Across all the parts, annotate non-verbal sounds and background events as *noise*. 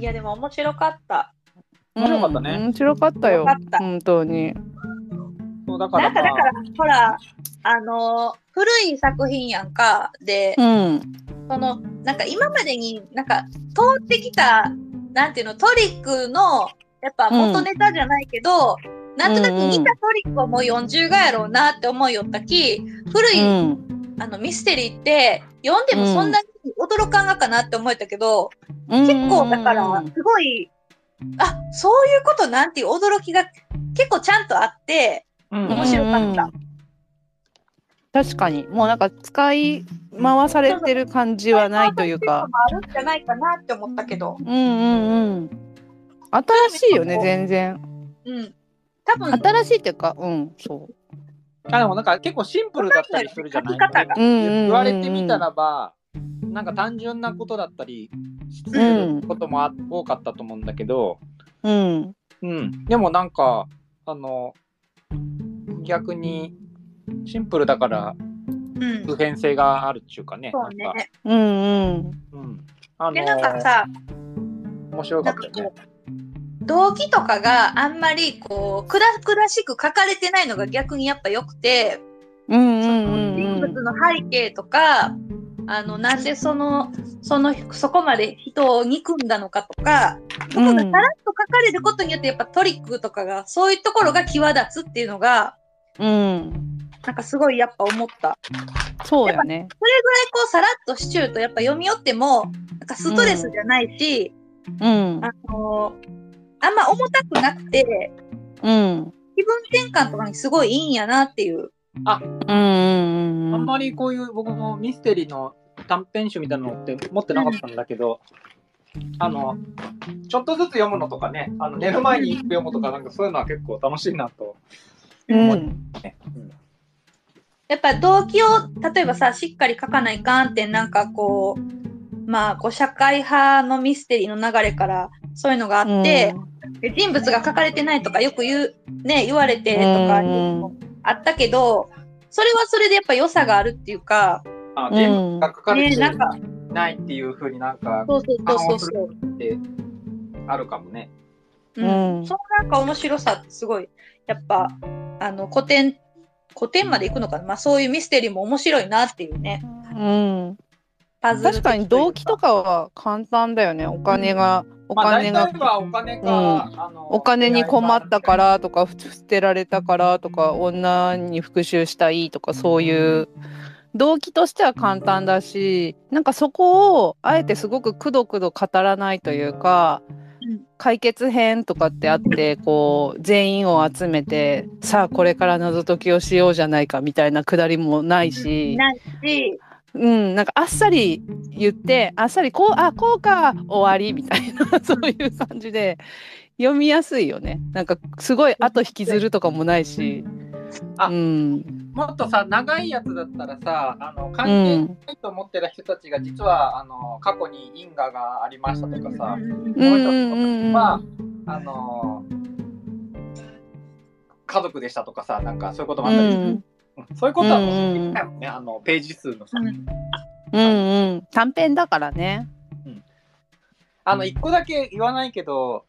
やでも面白かった。面白かったねうん面白かったよ面白かった本当にそうだかなら、んかまだからあ、ほらあの古い作品やんかで、うんそのなんか今までになんか通ってきたなんていうのトリックのやっぱ元ネタじゃないけど、なんとなく似たトリックはもう40がやろうなって思いよったき古うい、んあのミステリーって読んでもそんなに驚かんがかなって思えたけど、結構だからすごいあそういうことなんていう驚きが結構ちゃんとあってうん面白かった。確かにもうなんか使い回されてる感じはないというかもあるんじゃないかなって思ったけど、うんうんうん新しいよね全然うん、多分新しいっていうかうんそあでもなんか結構シンプルだったりするじゃない書き方がううんうんうんうん言われてみたらば、なんか単純なことだったりすることもあ多かったと思うんだけど、うんうん、でもなんかあの逆にシンプルだからうん普遍性があるっちゅうかね。そうなんかね。うんうんうんあのでなんかさ面白かなんっかたよこう動機とかがあんまりこうくらくらしく書かれてないのが逆にやっぱ良くてうんそうんうの人んうん物の背景とかあのなんでそのそのそこまで人を憎んだのかとかそこがさらっと書かれることによってやっぱトリックとかがそういうところが際立つっていうのがうんなんかすごいやっぱ思った。そうやねこうさらっとしちゅうとやっぱ読み寄ってもなんかストレスじゃないし、うんあのあんま重たくなくてうん気分転換とかにすごいいいんやなっていう。うんうんあうんんまりこういう僕もミステリーの短編集みたいなのって持ってなかったんだけど、あのちょっとずつ読むのとかねあの寝る前に読むとかなんかそういうのは結構楽しいなと。うんやっぱ動機を例えばさしっかり書かないかんってなんかこうまあこう社会派のミステリーの流れからそういうのがあって、で人物が書かれてないとかよく言う、ね、言われてとかうんあったけどそれはそれでやっぱ良さがあるっていうか、あうんゲームが書かね、れてなんかないっていうふうになんかそうそうそうそうそう。ってあるかもね。うんうんそのなんか面白さってすごいやっぱあの古典古典まで行くのかな、まあ、そういうミステリーも面白いなっていうねうんパズル確かに動機とかかは簡単だよねお金が、おまあ、金が、大体はお金か、あのお金に困ったか。らとかふ捨てられたからとか女に復讐したいとかそういう動機としては簡単だしなんかそこをあえてすごくくどくど語らないというかうん解決編とかってあってこう全員を集めてさあこれから謎解きをしようじゃないかみたいなくだりもないし。ないしうん、なんかあっさり言ってあっさりこうあこうか終わりみたいな *laughs* そういう感じで読みやすいよねなんかすごい後引きずるとかもないしあうんもっとさ長いやつだったらさあの関う係んないと思ってた人たちが実はあの過去に因果がありましたとかさう、んうんうんうんまああの家族でしたとかさなんかそういうこともあったり、うんそういうことはうんもううんだよねあのページ数のさ、うんうんうん短編だからねあの一個だけ言わないけど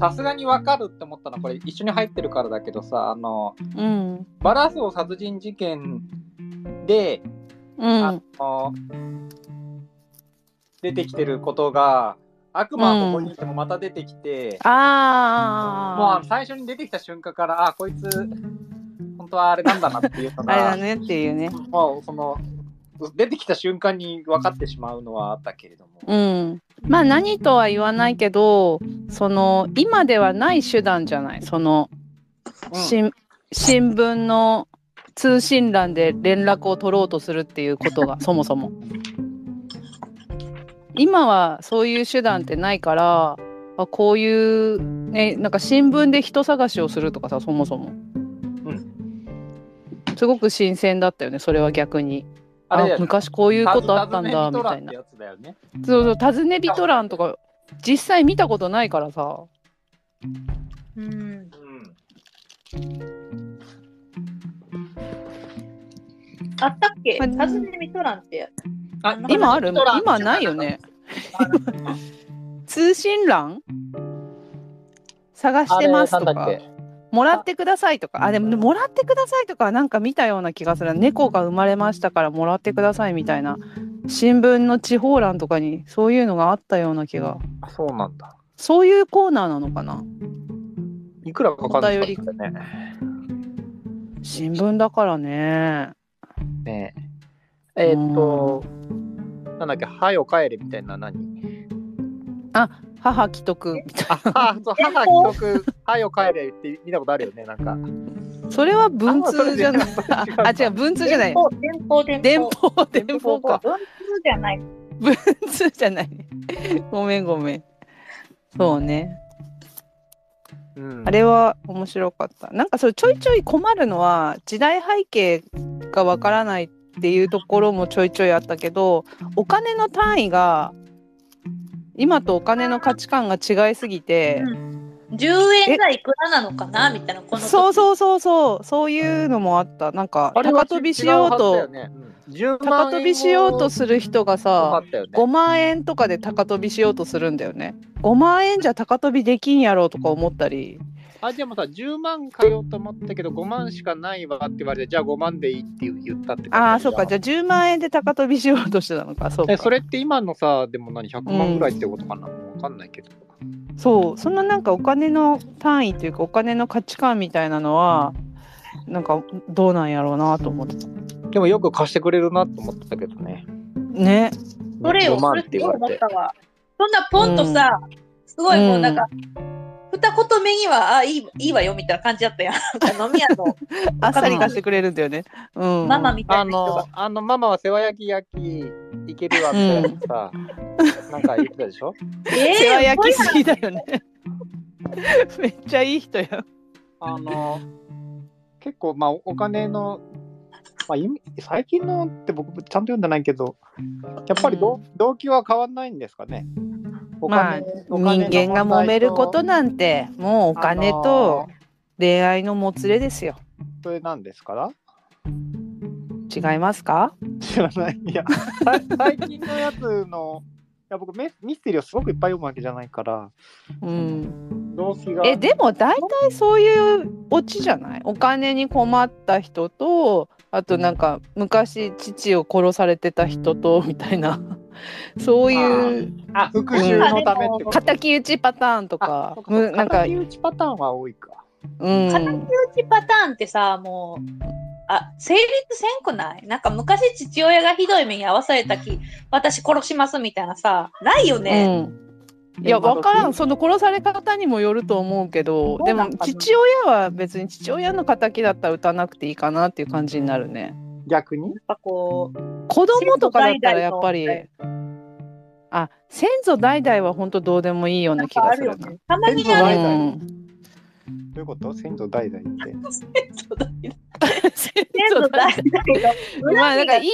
さすがにわかるって思ったのはこれ一緒に入ってるからだけどさあのうんバラスを殺人事件で、うんあの出てきてることが悪魔はここにいてもまた出てきて、もうああのー最初に出てきた瞬間からあこいつ本当はあれなんだなっていうのあれがだねっていうねもうその出てきた瞬間に分かってしまうのはあったけれども、うんまあ何とは言わないけどその今ではない手段じゃないそのうん新新聞の通信欄で連絡を取ろうとするっていうこと *laughs* がそもそも今はそういう手段ってないからあこういう、ね、なんか新聞で人探しをするとかさそもそも、うんすごく新鮮だったよねそれは逆にあれだよね昔こういうことあったんだみたいなタズタズネミトラってやつだよねそうそう尋ね人欄とか実際見たことないからさうんうんあったっけあ尋ねてみとらんってあ今あるタズネミトラ今ないよねあなんか今通信欄探してますとか。もらってくださいとかあでももらってくださいとかなんか見たような気がする猫が生まれましたからもらってくださいみたいな新聞の地方欄とかにそういうのがあったような気があそうなんだそういうコーナーなのかないくらかかるんですかね新聞だからねねええーっとなんだっけ「はよ帰れ」みたいな何あ母既得みたいなあそう母既得「 *laughs* はよ帰れ」って見たことあるよねなんかそれは文通じゃないあ違う文通じゃない電報電報電報電報か文通じゃない文通じゃないごめんごめんそうね、うん、あれは面白かったなんかそれちょいちょい困るのは時代背景がわからないっていうところもちょいちょいあったけどお金の単位が今とお金の価値観が違いすぎて、うん、10円がいくらなのかなみたいなこのそうそうそうそうそういうのもあったなんか高飛びしようと、、ねうん高飛びしようとする人がさ、ね、 5万円とかで高飛びしようとするんだよね5万円じゃ高飛びできんやろうとか思ったりあでもさ10万買ようと思ったけど5万しかないわって言われてじゃあ5万でいいって言ったってああそうかじゃあ10万円で高飛びしようとしてたのかそうかそれって今のさでも何100万ぐらいってことかな、うん、分かんないけどそうそんななんかお金の単位というかお金の価値観みたいなのはなんかどうなんやろうなと思ってたでもよく貸してくれるなと思ってたけどねねそれをするって思ったわそんなポンとさ、うん、すごいもうなんか、うん二言目には「あいいいいわよ」みたいな感じだったやん飲み屋のあっさり貸してくれるんだよね、うん、ママみたいな人があのママは世話焼き焼きいけるわみたいなさ、うん、なんか言ってたでしょ、えー、世話焼きすぎだよ *laughs* ねめっちゃいい人やあの結構まあお金のまあ、最近のって僕ちゃんと読んでないけどやっぱり、うん、動機は変わんないんですかねお金まあ、人間が揉めることなんてもうお金と恋愛のもつれですよ。それなんですから違いますか知らない。いや最近のやつのいや僕メミステリーをすごくいっぱい読むわけじゃないから。うん、動機がえでも大体そういうオチじゃないお金に困った人とあとなんか昔父を殺されてた人と *laughs* みたいな。そういうあ復讐のためってこと敵討ちパターンとかむなんか敵討ちパターンは多いか。うん、敵討ちパターンってさもうあ成立せんくないなんか昔父親がひどい目に遭わされたき私殺しますみたいなさないよね。うん、いや分からんその殺され方にもよると思うけどでも父親は別に父親の敵だったら打たなくていいかなっていう感じになるね。逆にやっぱこう子供とかだったらやっぱりあ先祖代々は本当どうでもいいような気がするな、ね、たまにある、うん、どういうこと先祖代々って先祖代々まあなんかイー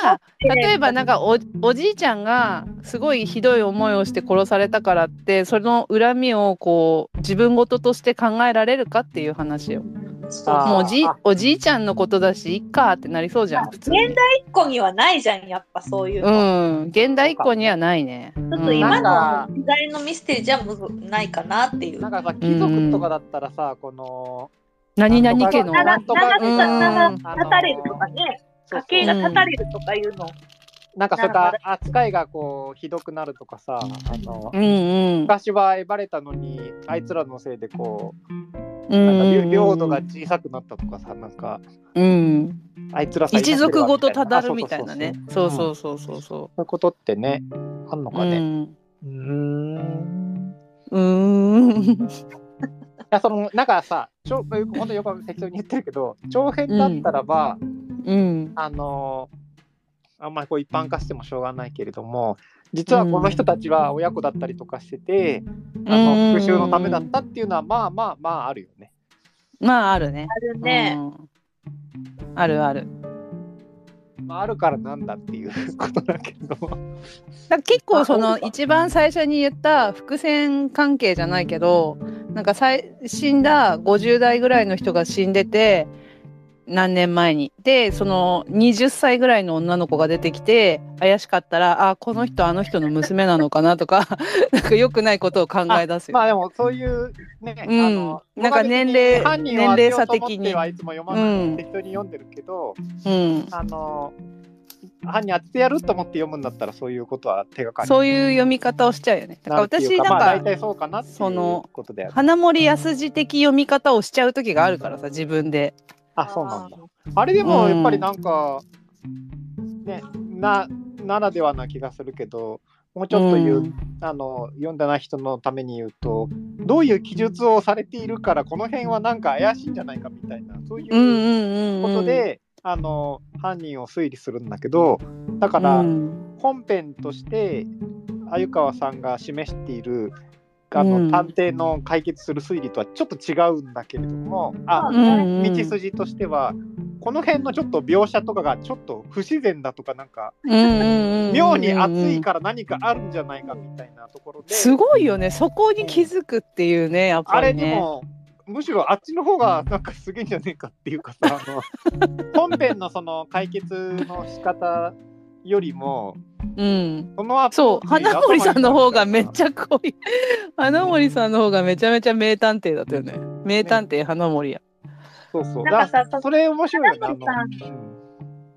タンが例えばなんかおおじいちゃんがすごいひどい思いをして殺されたからってその恨みをこう自分事として考えられるかっていう話よ。もうじおじいちゃんのことだしいっかってなりそうじゃん現代一個にはないじゃんやっぱそういううん現代一個にはないねちょっと今の時代のミステリーじゃないかなっていうなんかさ貴族とかだったらさ、この何々家のなんとか立たれるとかね家計が立たれるとかいうの、なんかそれか扱いがこうひどくなるとかさあの、うんうん、昔はえばれたのにあいつらのせいでこうなんか領土が小さくなったとかさなんか、うん、あいつら一族ごとただるみたいなねそうそうそうそうそうそういうことってねあんのかねうんうんいやそのなんかさちょ本当よく適当に言ってるけど長編だったらば、うん、あのあんまりこう一般化してもしょうがないけれども実はこの人たちは親子だったりとかしてて、うん、あの復讐のためだったっていうのはまあまあまああるよね。まああるね。あるね。うん、あるある。まあ、あるからなんだっていう *laughs* ことだけ *laughs* ど結構その一番最初に言った伏線関係じゃないけどなんか死んだ50代ぐらいの人が死んでて何年前に。でその20歳ぐらいの女の子が出てきて怪しかったらあこの人あの人の娘なのかなとか *laughs* なんか良くないことを考え出すよ。まあでもそういうね、あのうんなんか年齢年齢差的に僕は別犯人を当てようと思ってはいつも読まない、うん適当に読んでるけど、うん、あの犯人当ててやると思って読むんだったらそういうことは手がかりそういう読み方をしちゃうよね。だからなるってい私うなんまあか大体そうかなっていそうのことである花森安次的読み方をしちゃう時があるからさ自分で。あそうなんだ。あれでもやっぱりなんか、ねなならではな気がするけどもうちょっと言う、うんあの読んだない人のために言うとどういう記述をされているからこの辺はなんか怪しいんじゃないかみたいなそういうんううんうんこうんとで、あの犯人を推理するんだけどだから、うん本編として鮎川さんが示しているあうんの探偵の解決する推理とはちょっと違うんだけれども、あうんうん道筋としてはこの辺のちょっと描写とかがちょっと不自然だとかなんかうんうんうん妙に熱いから何かあるんじゃないかみたいなところで、すごいよねそこに気づくっていうねやっあぱれりでね。もむしろあっちの方がなんかすげえんじゃねえかっていうかさあの本編のその解決の仕方よりもうん、そのそう花森さんの方がめっちゃゃ濃い花森さんの方がめちゃめちゃ名探偵だったよね名探偵花森や、そうそう。なんかさだそれ面白いよ花ね。森さあんの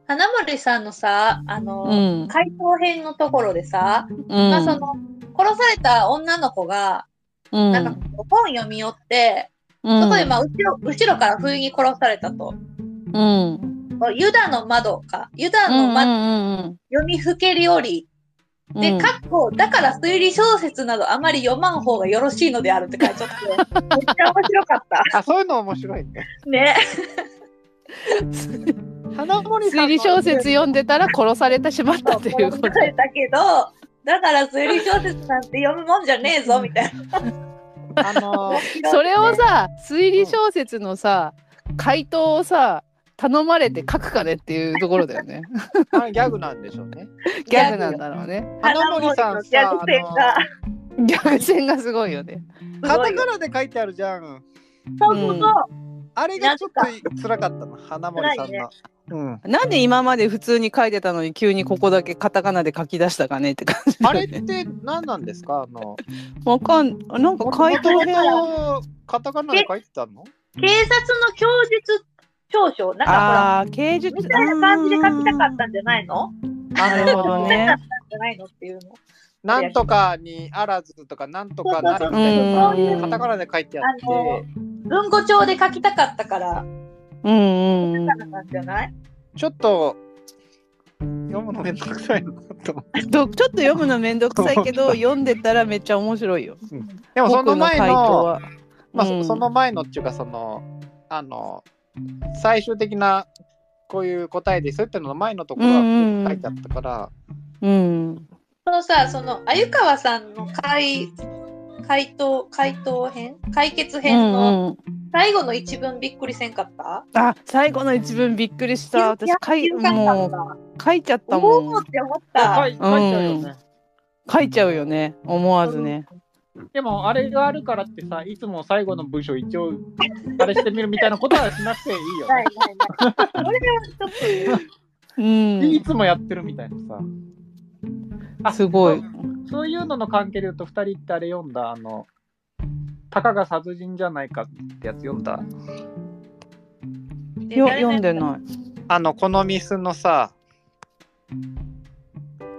花森さんのさ、あの、うん回答編のところでさ、うんまあその、殺された女の子が、うんなんかこう本読み寄って、そこでまあ後ろ後ろから不意に殺されたと。うんユダの窓か。ユダの窓、うん読みふけるより。うんで、うんかっこ、だから推理小説などあまり読まん方がよろしいのであるって書いちゃって、めっちゃ面白か *laughs* っあそういうの面白いね。た。ね。花森さんの推理小説読んでたら殺されてしまったと殺いうことされたけど、だから推理小説なんて読むもんじゃねえぞ、みたいな。あのそれをさ推理小説のさ回答をさ頼まれて書くかねっていうところだよ *laughs* ねあのギャグなんでしょうね。ギャグなんだろうね花森さんギさャあグペンが。ギャグ戦がすごいよねのカタカナで書いてあるじゃん。そうそうそう。あれがちょっと辛かったの花森さんの。 *laughs* うん。なんで今まで普通に書いてたのに急にここだけカタカナで書き出したかねって感じだあよねれって何なんですかあのわかんなんか回答元々カタカナで書いてたの？警察の供述調書なんかああー刑事ほらみたいな感じで書きたかったんじゃないのなるほど *laughs* ねじゃないのっていうのなんとかにあらずとかなんとかなるみたいそうそうそうなうんカタカナで書いてあっあのて。文語帳で書きたかったからうんうんだったんじゃないちょっと読むのめんどくさいなと思ってどちょっと読むのめんどくさいけど読んでたらめっちゃ面白いよでもその前僕の回答はまあ、そうんその前のっていうかそのあの最終的なこういう答えですっていうのの前のところうんうんは書いてあったから、うんそのさその鮎川さんの回回答回答編解決う編のんうん最後の一文びっくりせんかった、あ最後の一文びっくりした私や書いやってよかもっうた書いちゃったおおもんって思ったい書いちゃうよね。書いちゃうよね思わずねでもあれがあるからってさ、いつも最後の文章一応あれしてみるみたいなことはしなくていいよなねい。ないないそれはちょっとうんいつもやってるみたいなさ。あすごいそういうのの関係で言うと、2人ってあれ読んだ、あの、たかが殺人じゃないかってやつ読んだ。よ読んでないあのこのミスのさ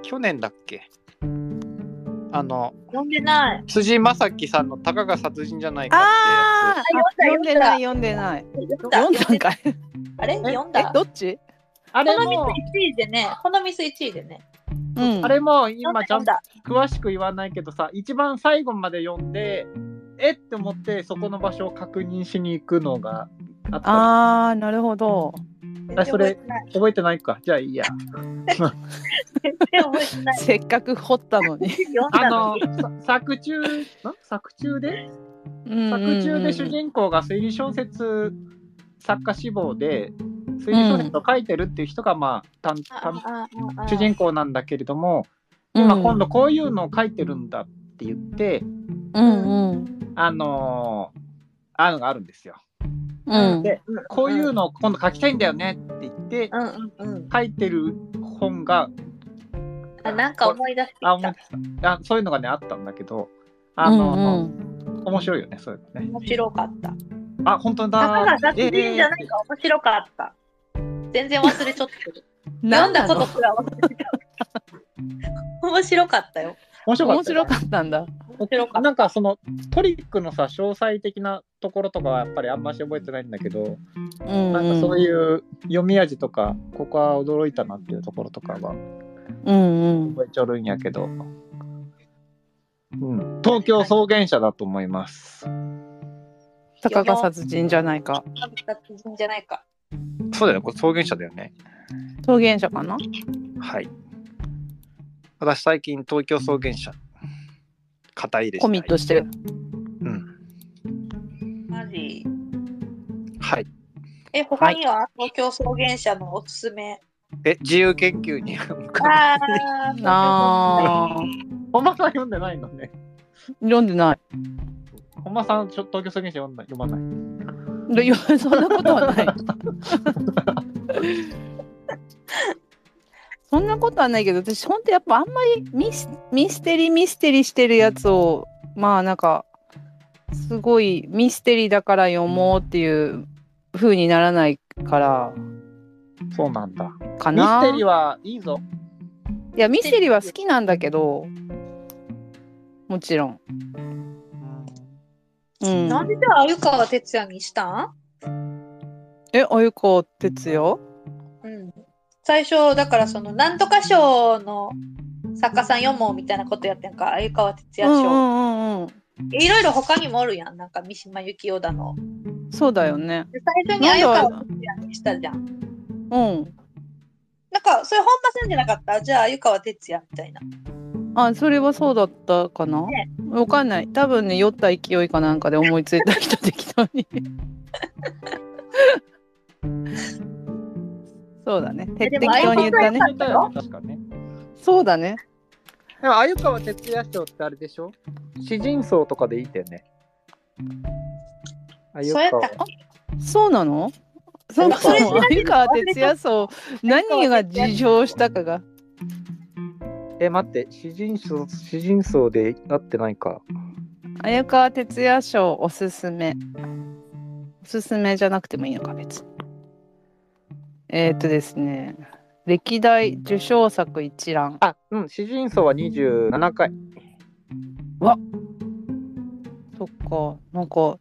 去年だっけあの読んでない辻正樹さんの「たかが殺人じゃないか」ってあやあ読読んんだでない読んでない読んだ読んだんかいあれ読んえだどっちあこれのミも、ス1位でね、このミス1位でね。うんあれも今ちゃ読んんとだ詳しく言わないけどさ、一番最後まで読んで、えって思って、そこの場所を確認しに行くのがあった。あーなるほど読んだあそれ全然覚覚ええてないてないか。じゃあいい *laughs* や。全然覚えてない。せっかく掘ったのに読んあだののに。、さ作中、な作中で作作中で主人公が推理小説作家志望で、推理小説を書いてるっていう人が、まあ、たんたんああああ主人公なんだけれども、今今度度こういうのを書いてるんだって言って、うんうんあのーあるのがあるんですよ。うんでこういうのを今度書きたいんだよねって言ってうんうんうん。書いてる本があ、なんか思い出してきあ思いた出。したあそういうのがねあったんだけどあの、うん面白いよねそういうのね面白かった。あ本当だたかが雑人じゃなえいか面白かった。全然忘れちゃったけ *laughs* ど。うん、なんだなこのとすら忘れちゃった。面白かったよ。ー面白かった面白かったんだ。面白かった。なんかそのトリックのさ詳細的なところとかはやっぱりあんまし覚えてないんだけど、うんなんかそうういう読み味とかここは驚いたなっていうところとかはん。うんうん。覚えちょるんやけど、うん、東京草原社だと思いますたかが殺人じゃないか。雑人じゃないか。そうだよねこれ草原社だよね陶芸者かな。はい私最近東京草原社肩入れコミットしてる。うんマジ。はいえ、他には、東京草原社のおすすめ。え自由研究に向かあああ。う本間さん読んでないのね読んでない。本間さんちょ東京草原社読んだ読まないでいやそんなことは *laughs* ない。そんなことはないけど私本当やっぱあんまりミスミステリーミステリーしてるやつをまあなんかすごいミステリーだから読もうっていう風にならないからそうなんだかミなステリーはいいぞ。いやミステリーは好きなんだけどもちろん、うーん、なんでじゃあ、鮎川哲也にしたんえあゆこ哲也うん。最初、だからその、なんとか賞の作家さん読もうみたいなことやってんか、鮎川哲うん也う賞。んうんいろいろ他にもおるやん、なんか三島由紀夫だの。うんそうだよねで最初になん鮎であ川哲也にしたじゃん。うんなんか、それ本間さんじゃなかったじゃあ、鮎川哲也みたいな。あそれはそうだったかな、ねわかんない多分ね酔った勢いかなんかで思いついた人適当にそうだねえ適でも当に言ったねあゆこさんだよ確かね。そうだねでも、鮎川哲也賞ってあれでしょ詩人層とかでいいんだよね。鮎そうやったっ川そうなのそもそそれ知も鮎川哲也そう何が自称したかがえ、待って、詩人層、詩人層でなってないか。鮎川哲也賞おすすめおすすめじゃなくてもいいのか別にえー、っとですね歴代受賞作一覧あ、うん、詩人層は27回。そっか、なんか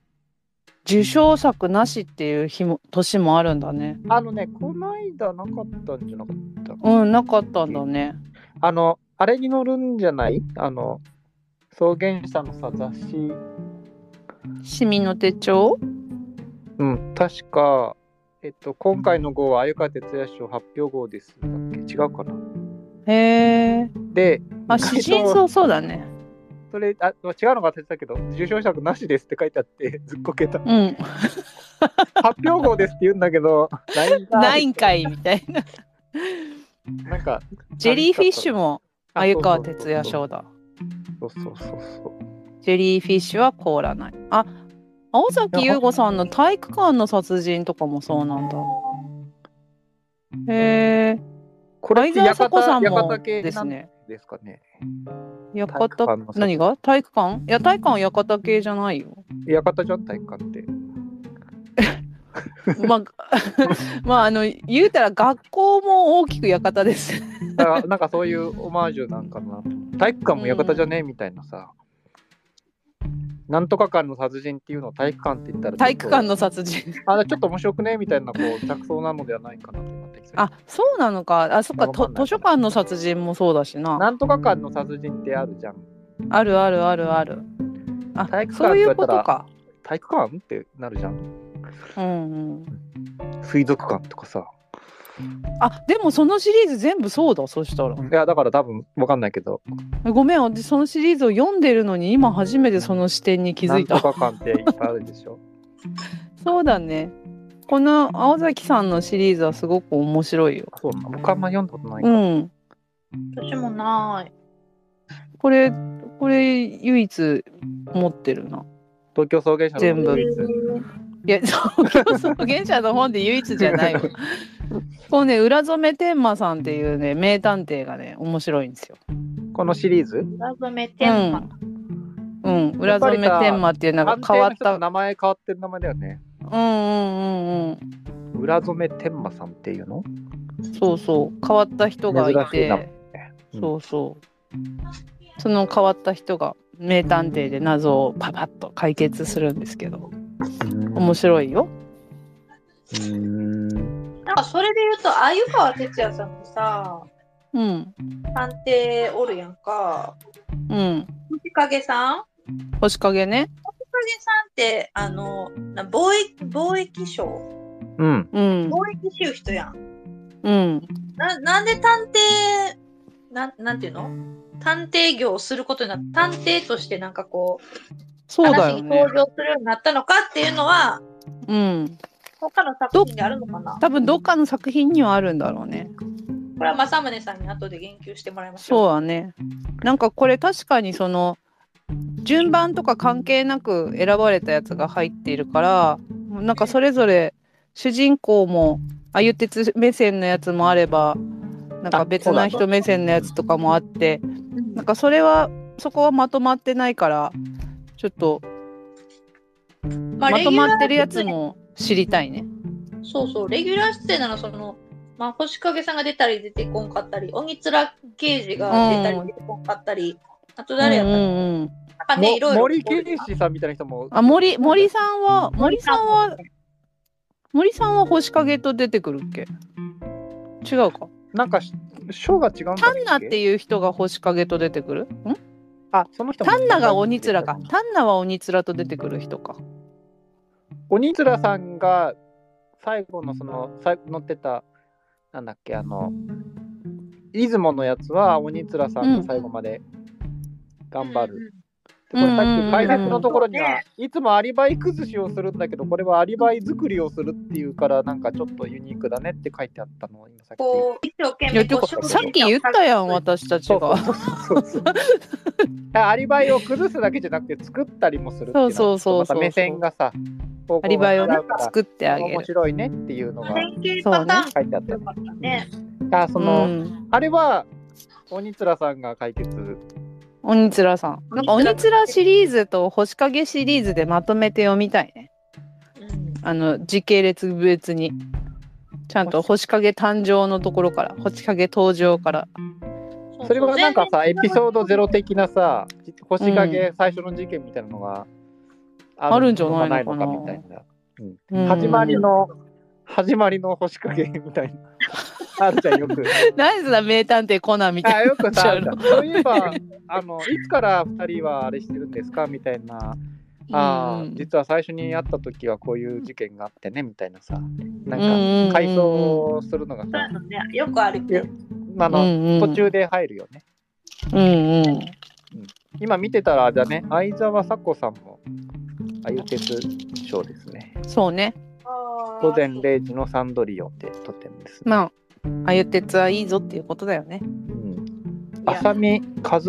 受賞作なしっていう日も年もあるんだね。あのね、こないだなかったんじゃなかったうん、なかったんだね。あの、あれに乗るんじゃないあの、草原社のさ、雑誌。市民の手帳？うん、確か、えっと、今回の号は鮎川哲也賞発表号です。だっけ違うかなへえ。で、あ、詩人そうそうだね。それあ違うのが当てたけど受賞作なしですって書いてあってずっこけたうん、発表号ですって言うんだけどな *laughs* いないんかいみたいな。なんかジェリーフィッシュもあ鮎川哲也賞だ。そうそうそうそうジェリーフィッシュは凍らない。あ、青崎優子さんの体育館の殺人とかもそうなんだ。へえ。こ相沢館さこさんも館系ですなんね。ですかね屋館形の殺何が体育館いや体育館は屋形系じゃないよ。 *laughs* 屋形じゃん体育館ってまあ、 *laughs* まあ、あの言うたら学校も大きく館です。 *laughs* だからなんかそういうオマージュなんかな体育館も屋形じゃねえみたいなさ、なんとか館の殺人っていうのを体育館って言ったら体育館のの殺人。あちょっと面白くねみたいなこう着想なのではないかなってなってきてあそうなのか。あそっかと図書館の殺人もそうだしな。なんとか館の殺人ってあるじゃんあるあるあるある。あ体育館そういうことか。体育館ってなるじゃんうんうん、水族館とかさ、あでもそのシリーズ全部そうだそしたらいやだから多分わかんないけどごめん私そのシリーズを読んでるのに今初めてその視点に気づいなたんとか館っていっぱいあるでしょそうだねこの青崎さんのシリーズはすごく面白いよ *laughs* そうなの僕あんま読んだことないかうら、ん私もない。これこれ唯一持ってるな東京草原社の全部唯一いや、 *laughs* 東京創原者の本で唯一じゃないわ。こうね、裏染天馬さんっていうね、名探偵がね、面白いんですよ。このシリーズ裏染め天馬。うん、裏染天馬っていうなんか変わっ探偵の人た。のうん名前変わってる名前だよねうんうんうん。裏染天馬さんっていうのそうそう変わった人がい珍しいなてうんそうそうその変わった人が名探偵で謎をパパッと解決するんですけど面白いようんなんかそれで言うと、鮎川哲也さんもさ、うん探偵おるやんか。うん星影さん星影ね星影さんって、あの、な貿易、貿易商うんうん貿易収人やん。うんな、なんで探偵、なん、なんていうの探偵業をすることになった、探偵としてなんかこう、そうだ話よにね登場するようになったのかっていうのは、うん他の作品であるのかな多分どっかの作品にはあるんだろうねこれは政宗さんに後で言及してもらいましょう。そうだねなんかこれ確かにその順番とか関係なく選ばれたやつが入っているからなんかそれぞれ主人公もあゆてつ目線のやつもあればなんか別な人目線のやつとかもあってうんなんかそれはそこはまとまってないからちょっとまあまとまってるやレつギュも知りたいね。ラーそうそう、レギュラー出演ならその、まあ、星影さんが出たり出てこんかったり、鬼面刑事が出たり出てこんかったり、あと誰やったうっけ、んうんうなんんかね、いろいろ。森圭司さんみたいな人もあ森森さんは森さんは森さんは星影と出てくるっけ違うかなんかし章が違うんだっけタンナっていう人が星影と出てくるんあその人もタンナが鬼面かタンナは鬼面と出てくる人か鬼面さんが最後のその最乗ってたなんだっけあの出雲のやつは鬼面さんが最後まで頑張る、でこれさっき解説のところにうんうんは、いつもアリバイ崩しをするんだけど、これはアリバイ作りをするっていうから、なんかちょっとユニークだねって書いてあったのを今さっき。こう、一生懸いや命てこかう商さ品をっき言ったやん私たちそうがそうそうそう *laughs* アリバイを崩すだけじゃなくて、作ったりもするっていうのはそうそうそうそうまた目線がさ、方向アがリバイをね違うから作ってあげ面る白いねっていうのが典型パターン書いてあったよ。かったね。あそうの、んあれは鬼面さんが解決。鬼面さんなんか鬼面シリーズと星影シリーズでまとめて読みたいねうんあの時系列別にちゃんと星影誕生のところから星影登場からううそれはなんかさ、全エ然ピソードゼロ的なさ、星影最初の事件みたいなのがああるんじゃないのかなのみたいな。うん始まりの、始まりの星影みたいな。あ *laughs* るじゃん、よく。 *laughs* 何でだ名探偵コナンみたあいなよくさ、 *laughs* あるじゃんうそういえば、あの、いつから二人はあれしてるんですかみたいな。あうーん実は最初に会った時はこういう事件があってね、みたいなさ。なうんうんうんんか、回想するのがそういさう、のねよくあるよね。あうの、んうん途中で入るよね。うんうん今見てたらあれだね相沢咲子さんもあゆてつ賞ですねそうね午前0時のサンドリオでとてもですね、まああゆてつはいいぞっていうことだよねうん、いや浅見和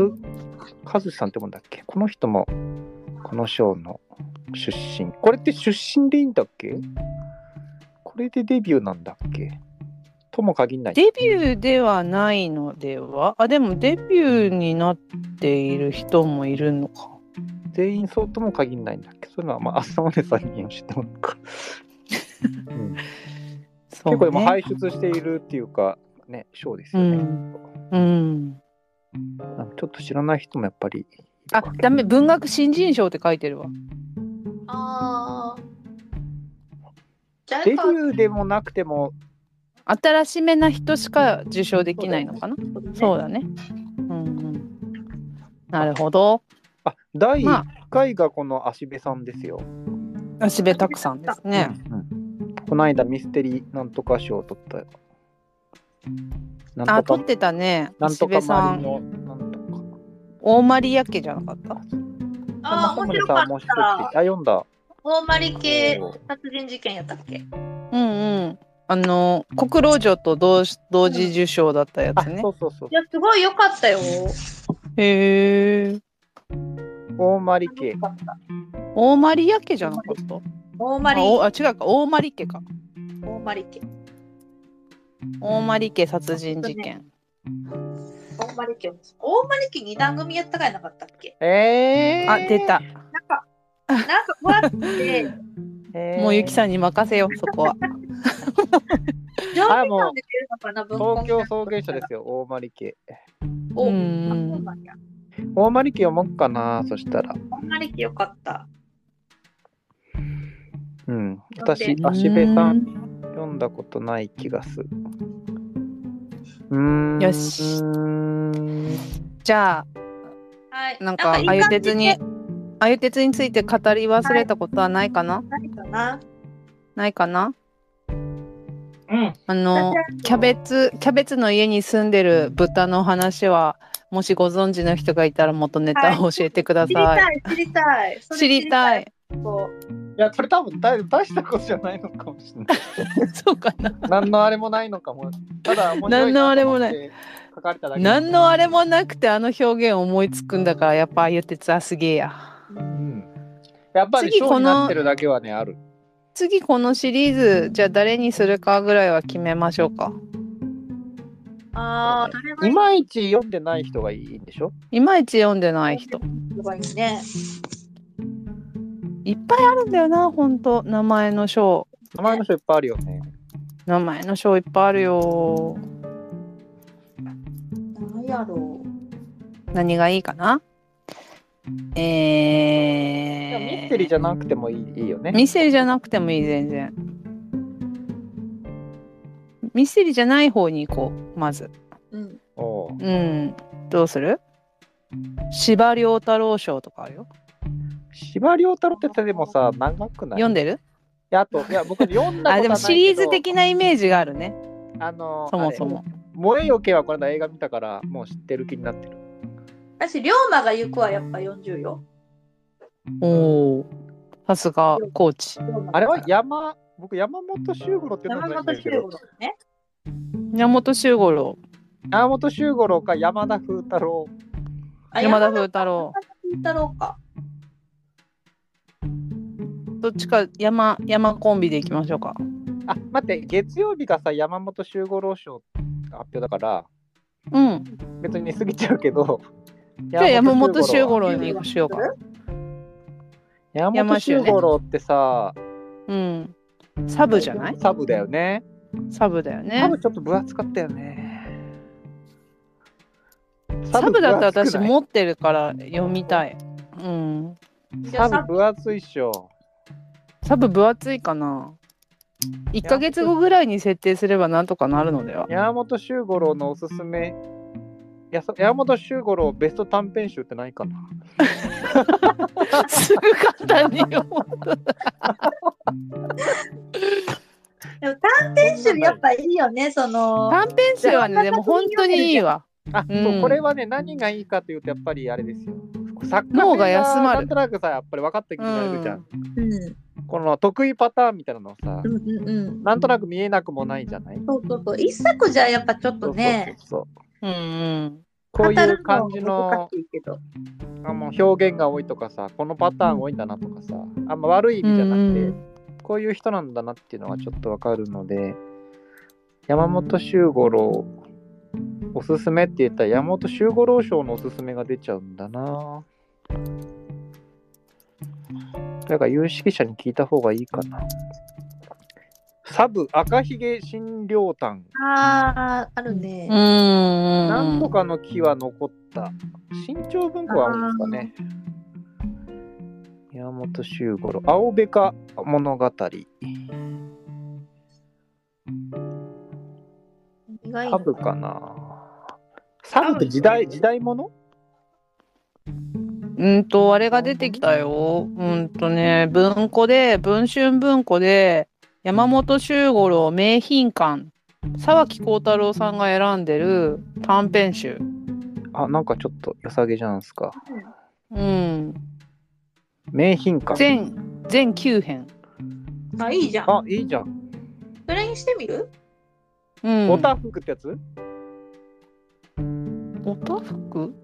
和志さんってもんだっけこの人もこの賞の出身これって出身でいいんだっけこれでデビューなんだっけとも限んないデビューではないのではあでもデビューになっている人もいるのか全員そうとも限んないんだっけそういうのはまあ浅尾さんに教えてもらうか、うんそう結ね構でも輩出しているっていうかね賞ですよね、うんなんかちょっと知らない人もやっぱり。あダメ。文学新人賞って書いてるわあーじゃあデやビっぱューでもなくても、新しめな人しか受賞できないのかなそうだねそうだね。うんうん。なるほど。あ第ま1回がこの足部さんですよ。あ、しべたくさんですね。この間ミステリーなんとか賞を取ったよ。なあ、んと取っか、てたね。なんしとかべさ周りん。の、なんとか。大マリヤ家じゃなかった。あー面白かさんっも一人あた。読んだ。大まり系おー殺人事件やったっけうんうん。あの、国老女と同時同時受賞だったやあ、つねそ。うそうそうい。や、すごい良かったよ。へえ。大まり家。大マリヤ家じゃなかった。大まりあおあ違うか大まり家か大まり家大まり家殺人事件、大まり家大まり家二段組やったかいなかったっけえー、あ出た、なんかなんかふわってえーもうゆきさんに任せようそこは上あ下もう巻で出るのかな文庫東京草原社ですよ、大丸家。おうあんそうなんや大丸家読もうかな、そしたら。大まり家よかったうん。読私ん、足部さんん読んだことない気がする。うーん。よしうーんじゃあはいなんかあいい感ゆじ鉄にであゆ鉄について語り忘れたことはないかな、何かなないかなうん。あのキャベツキャベツの家に住んでる豚の話はもしご存知の人がいたら元ネタを教えてくだ知りさい、たい知りたいそれ知りたいこいや、これ多分大大したことじゃないのかもしれ *laughs* ない。そうかな何のあれもないのかも。ただ、面白何いのなあれと思もなっいて書かれただけ。何のあれもなくてあの表現思いつくんだからやっぱあゆ鉄はすげえやうんやっぱり、次この賞になってるだけはね、ある。次このシリーズじゃあ誰にするかぐらいは決めましょうかうああ誰がいまいち読んでない人がいいんでしょいまいち読んでない人すごいねいっぱいあるんだよなほんと名前の章名前の人いっぱいあるよね。名前の章いっぱいあるよ何やろう何がいいかないやミえステリーーじゃなくてもいいいいよね。ミステリーじゃなくてもいい全然ミステリーじゃない方に行こうまずうんおううんどうする司馬遼太郎賞とかあるよ司馬遼太郎ってでもさ長くない読んでるいやあといや僕読んだことはないあけでどもシリーズ的なイメージがあるねあのそもそも「燃えよけ」はこの間映画見たからもう知ってる気になってる私龍馬が行くはやっぱ40よおおーさすがコーチ龍馬あれは山僕山本周五郎っていうの山がいい本んだけ周ど五郎ね山本周五郎山本周五郎か山田風太郎あ山田風太郎山田風太郎かどっちか山山コンビでいきましょうかあ待って月曜日がさ山本周五郎賞発表だからうん別に過ぎちゃうけどじじゃあ山本周五郎郎にしようか山本周五郎ってさうんサブじゃないサブだよねサブだよねサブちょっと分厚かったよね。サブだったら私も持ってるから読みたいうんサブ分厚いっしょ。サブ分厚いかな1ヶ月後ぐらいに設定すればなんとかなるのでは山本周五郎のおすすめ。やさ山本周五郎ベスト短編集ってないかなすぐ簡単に読むでも短編集やっぱいいよねその短編集はねでも本当にいいわあ、うんそうこれはね何がいいかというとやっぱりあれですよ作家脳が休まるなんとなくさやっぱり分かってきてられるじゃん、うんうんこの得意パターンみたいなのさ、うんうんなんとなく見えなくもないじゃないそうそうそう一作じゃやっぱちょっとねそうそううそうそうんうんこうい語るう感じはの難しいけどあの表現が多いとかさこのパターン多いんだなとかさあんま悪い意味じゃなくて、こういう人なんだなっていうのがちょっとわかるので山本周五郎おすすめって言ったら山本周五郎賞のおすすめが出ちゃうんだなだから有識者に聞いた方がいいかなサブ赤ひげ新涼炭あああるねうんうんなんとかの木は残った。新潮文庫はあるんですかね。宮本周五郎、青べか物語。意外サブかな。サブって時代、時代ものうんとあれが出てきたよ。うんとね文庫で文春文庫で山本周五郎名品館沢木幸太郎さんが選んでる短編集。あ、なんかちょっと良さげじゃないですか。うん、名品館。全全9編。あいいじゃんあ、いいじゃん。それにしてみるうん、オタフクってやつおたふく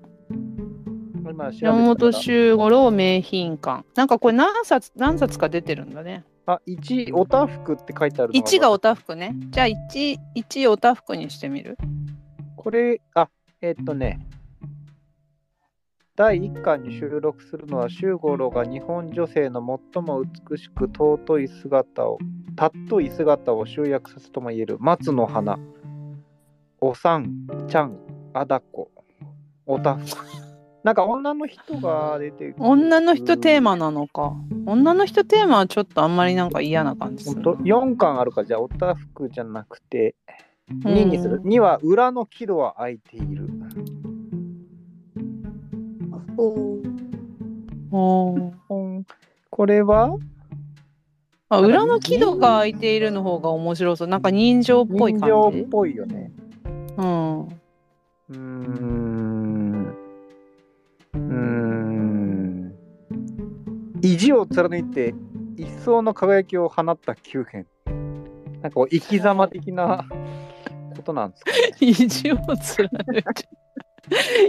今調べてたら山本周五郎名品館。なんかこれ何冊何冊か出てるんだね。あ、1、おたふくって書いてあるの1がおたふくね。じゃあ1、1おたふくにしてみる。これ、あ、えっとね、第1巻に収録するのは、周五郎が日本女性の最も美しく尊い姿を、尊い姿を集約させともいえる松の花、おさん、ちゃん、あだこ、おたふく。なんか女の人が出てくる女の人テーマなのか。女の人テーマはちょっとあんまりなんか嫌な感じすほるんな。と4巻あるからじゃあおたふくじゃなくてうん2にする、2は裏の木戸は開いているおーおーうんこれはあ裏の木戸が開いているの方が面白そう。なんか人情っぽい人感情じっ。ぽいよねうん。うーんうーん意地を貫いて一層の輝きを放った9編なんかこう生き様的なことなん *laughs* ですか、ね、意地を貫いて。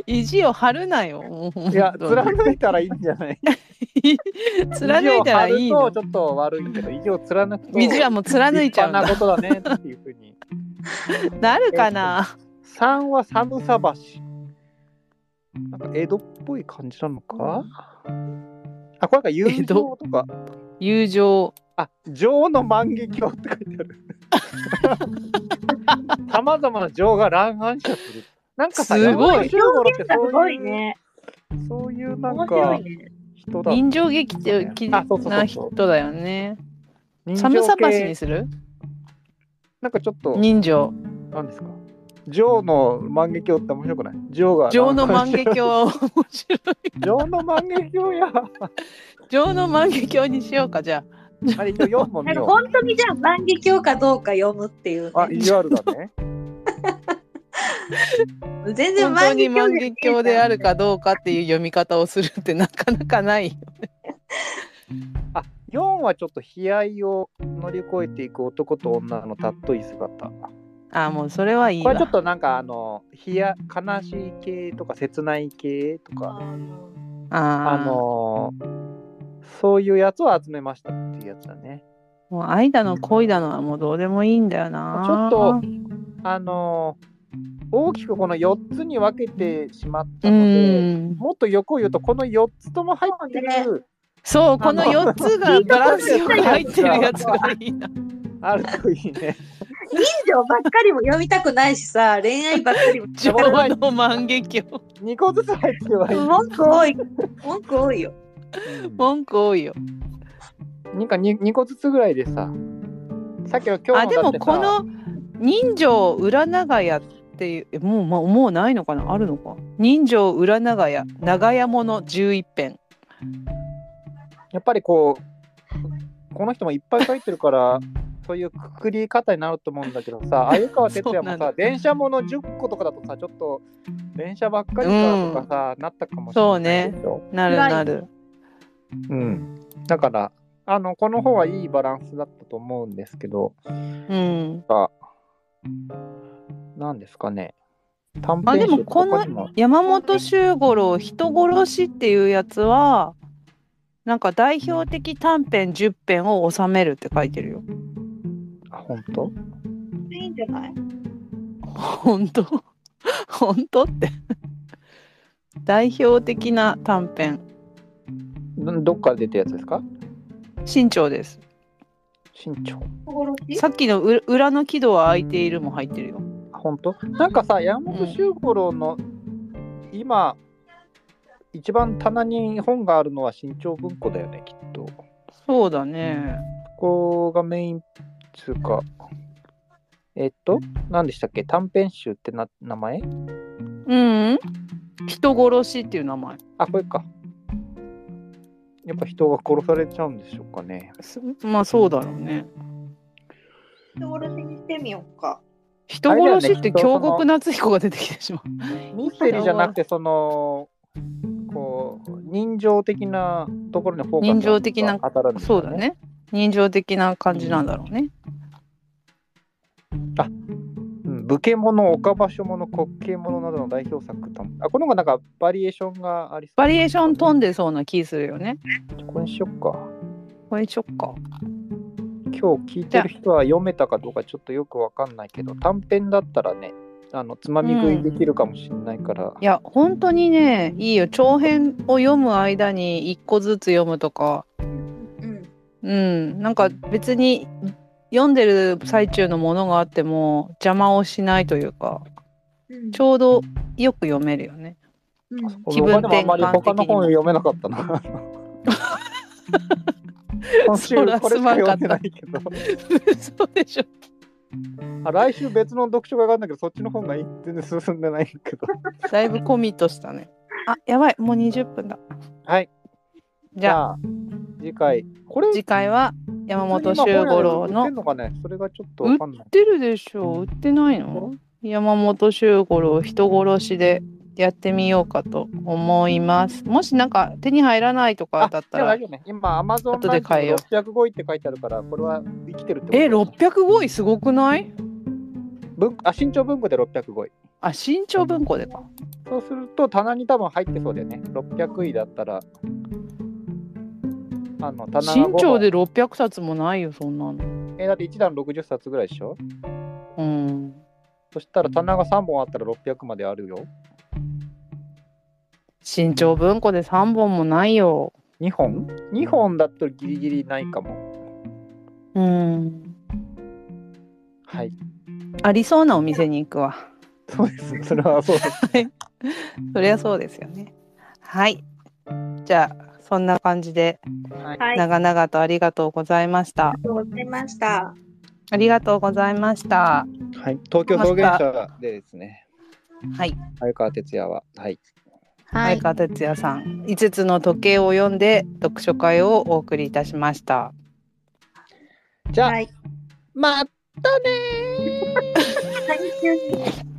意地を張るなよ。もう本当にいや貫いたらいいんじゃない *laughs* 貫いたらいい意地を張のる。とちょっと悪いけど意地を貫くと意地はもう貫いちゃうん立だ。派なことだねっていうふうに。なるかな。 3は寒さ橋。なんか江戸っぽい感じなのかあ、これが友江情戸とか。友情。あ、情の万華鏡って書いて *laughs* ある。さまざまな情が乱反射する。なんかさ、すごい山田修五郎ってすそごういいう、ね。そういうな面白んかいね。人だ。人情劇的あそうそうそうそうな人だよね。人情寒系さ橋にするなんかちょっと、人情。なんですか情の万華鏡って面白くない情が。情の万華鏡は面白い。情の万華鏡や。情の万華鏡にしようか、じゃあ。あれ、一応4もな見んかよう。本当にじゃあ万華鏡かどうか読むっていう、あ、意地悪だね。全然本当に万万華華鏡鏡であるか。かどうかっていう読み方をするってなかなかないよ。あ、四はちょっと悲哀を乗り越えていく男と女の尊い姿。こあ、もうそれはいいれちょっわ。となんかあの、悲哀悲しい系とか切ない系とか、ああののーそういうやつを集めましたっていうやつだね。もう愛だの恋だのはもうどうでもいいんだよな。ちょっとあのー大きくこの四つに分けてしまったうので、ん。もっと横を言うとこの四つとも入ってそるそう、この4つがバランスよく入ってるやつがいいな。あるといいね。人情ばっかりも読みたくないしさ、恋愛ばっか *laughs* りも。情の万華鏡。二個ずつ入ってればいい。 *laughs* 文句多い。文句多いよ。文句多いよ。なんか 2, 個ずつぐらいでさ。さっきの今日あのでだっもてさこの人情裏長屋っていうえもうまもうないのかなあるのか人情裏長屋長屋もの11編やっぱりこうこの人もいっぱい書いてるからそういうくくり方になると思うんだけど *laughs* さ鮎川哲也そうもなさんだ電車もの10個とかだとさちょっと電車ばっかりかとかさ、なったかもしれないでしょなるなるうん、だからあのこの方はいいバランスだったと思うんですけどうんなんですかね短あで編集もとかこ他にもの山本周五郎人殺しっていうやつはなんか代表的短編10編を収めるって書いてるよあ本当いいんじゃない本当本当って代表的な短編んどっから出たやつですか新潮です身長さっきのう裏の木戸は開いているも入ってるよ本当なんかさ山本周五郎の今、一番棚に本があるのは新潮文庫だよねきっとそうだね。ここがメインつうかえっと何でしたっけ短編集ってな名前うん、人殺しっていう名前。あこれかやっぱ人が殺されちゃうんでしょうかねすまあそうだろうね。人殺しにしてみようか。人殺しって京極夏彦が出てきてしまう。ミステリーじゃなくてそのこう人情的なところにフォーカスが人情的な当たるんですそかうだね。人情的な感じなんだろうね。うん、武家物、岡場所物、滑稽物などの代表作とあ、この方がなんかバリエーションがありそう。バリエーション飛んでそうな気するよね。これにしよっか。これにしよっか。今日聞いてる人は読めたかどうかちょっとよくわかんないけど短編だったらねあのつまみ食いできるかもしれないから、いや本当にねいいよ長編を読む間に一個ずつ読むとかうん。うんなんか別に読んでる最中のものがあっても邪魔をしないというかうんちょうどよく読めるよ *laughs* ね。うん気分僕はでもあんまり他の本転読めなかったな今週そらこれすしまかんか読ったんでないけどそうでしょ。あ来週別の読書会があるんだけどそっちの本がいい全然進んでないんだけどだいぶコミットしたね。あやばいもう20分だ。はいじゃああ次回これ次回は山本普通に周五今本屋郎で売ってのん。のかねそれがちょっとわかんない売ってるでしょ売ってないの山本周五郎人殺しでやってみようかと思いますもしなんか手に入らないとかだったあらでも大丈夫ね今、アマゾン後で変えよう605位って書いてあるから、これは生きてるってことえ605位すごくない文あ身長文庫で605位。あ身長文庫でかそうすると、棚に多分入ってそうだよね。600位だったら。あの棚が5身長で600冊もないよそんなのえだって1段60冊ぐらいでしょうんそしたら棚が3本あったら600まであるよ。身長文庫で3本もないよ2本 ?2 本だとギリギリないかも。うんはい。ありそうなお店に行くわそうです。それはそうです。そりゃそうですよねはいじゃあそんな感じではいはい。あり長々とありがとうございました、がとうございました。ありがとうございました。はい、東京表現者でですね、はい。鮎川哲也は、はい。はい前。川哲也さん、5つの時計を読んで読書会をお送りいたしました。じゃあ、はいまたねー *laughs* はい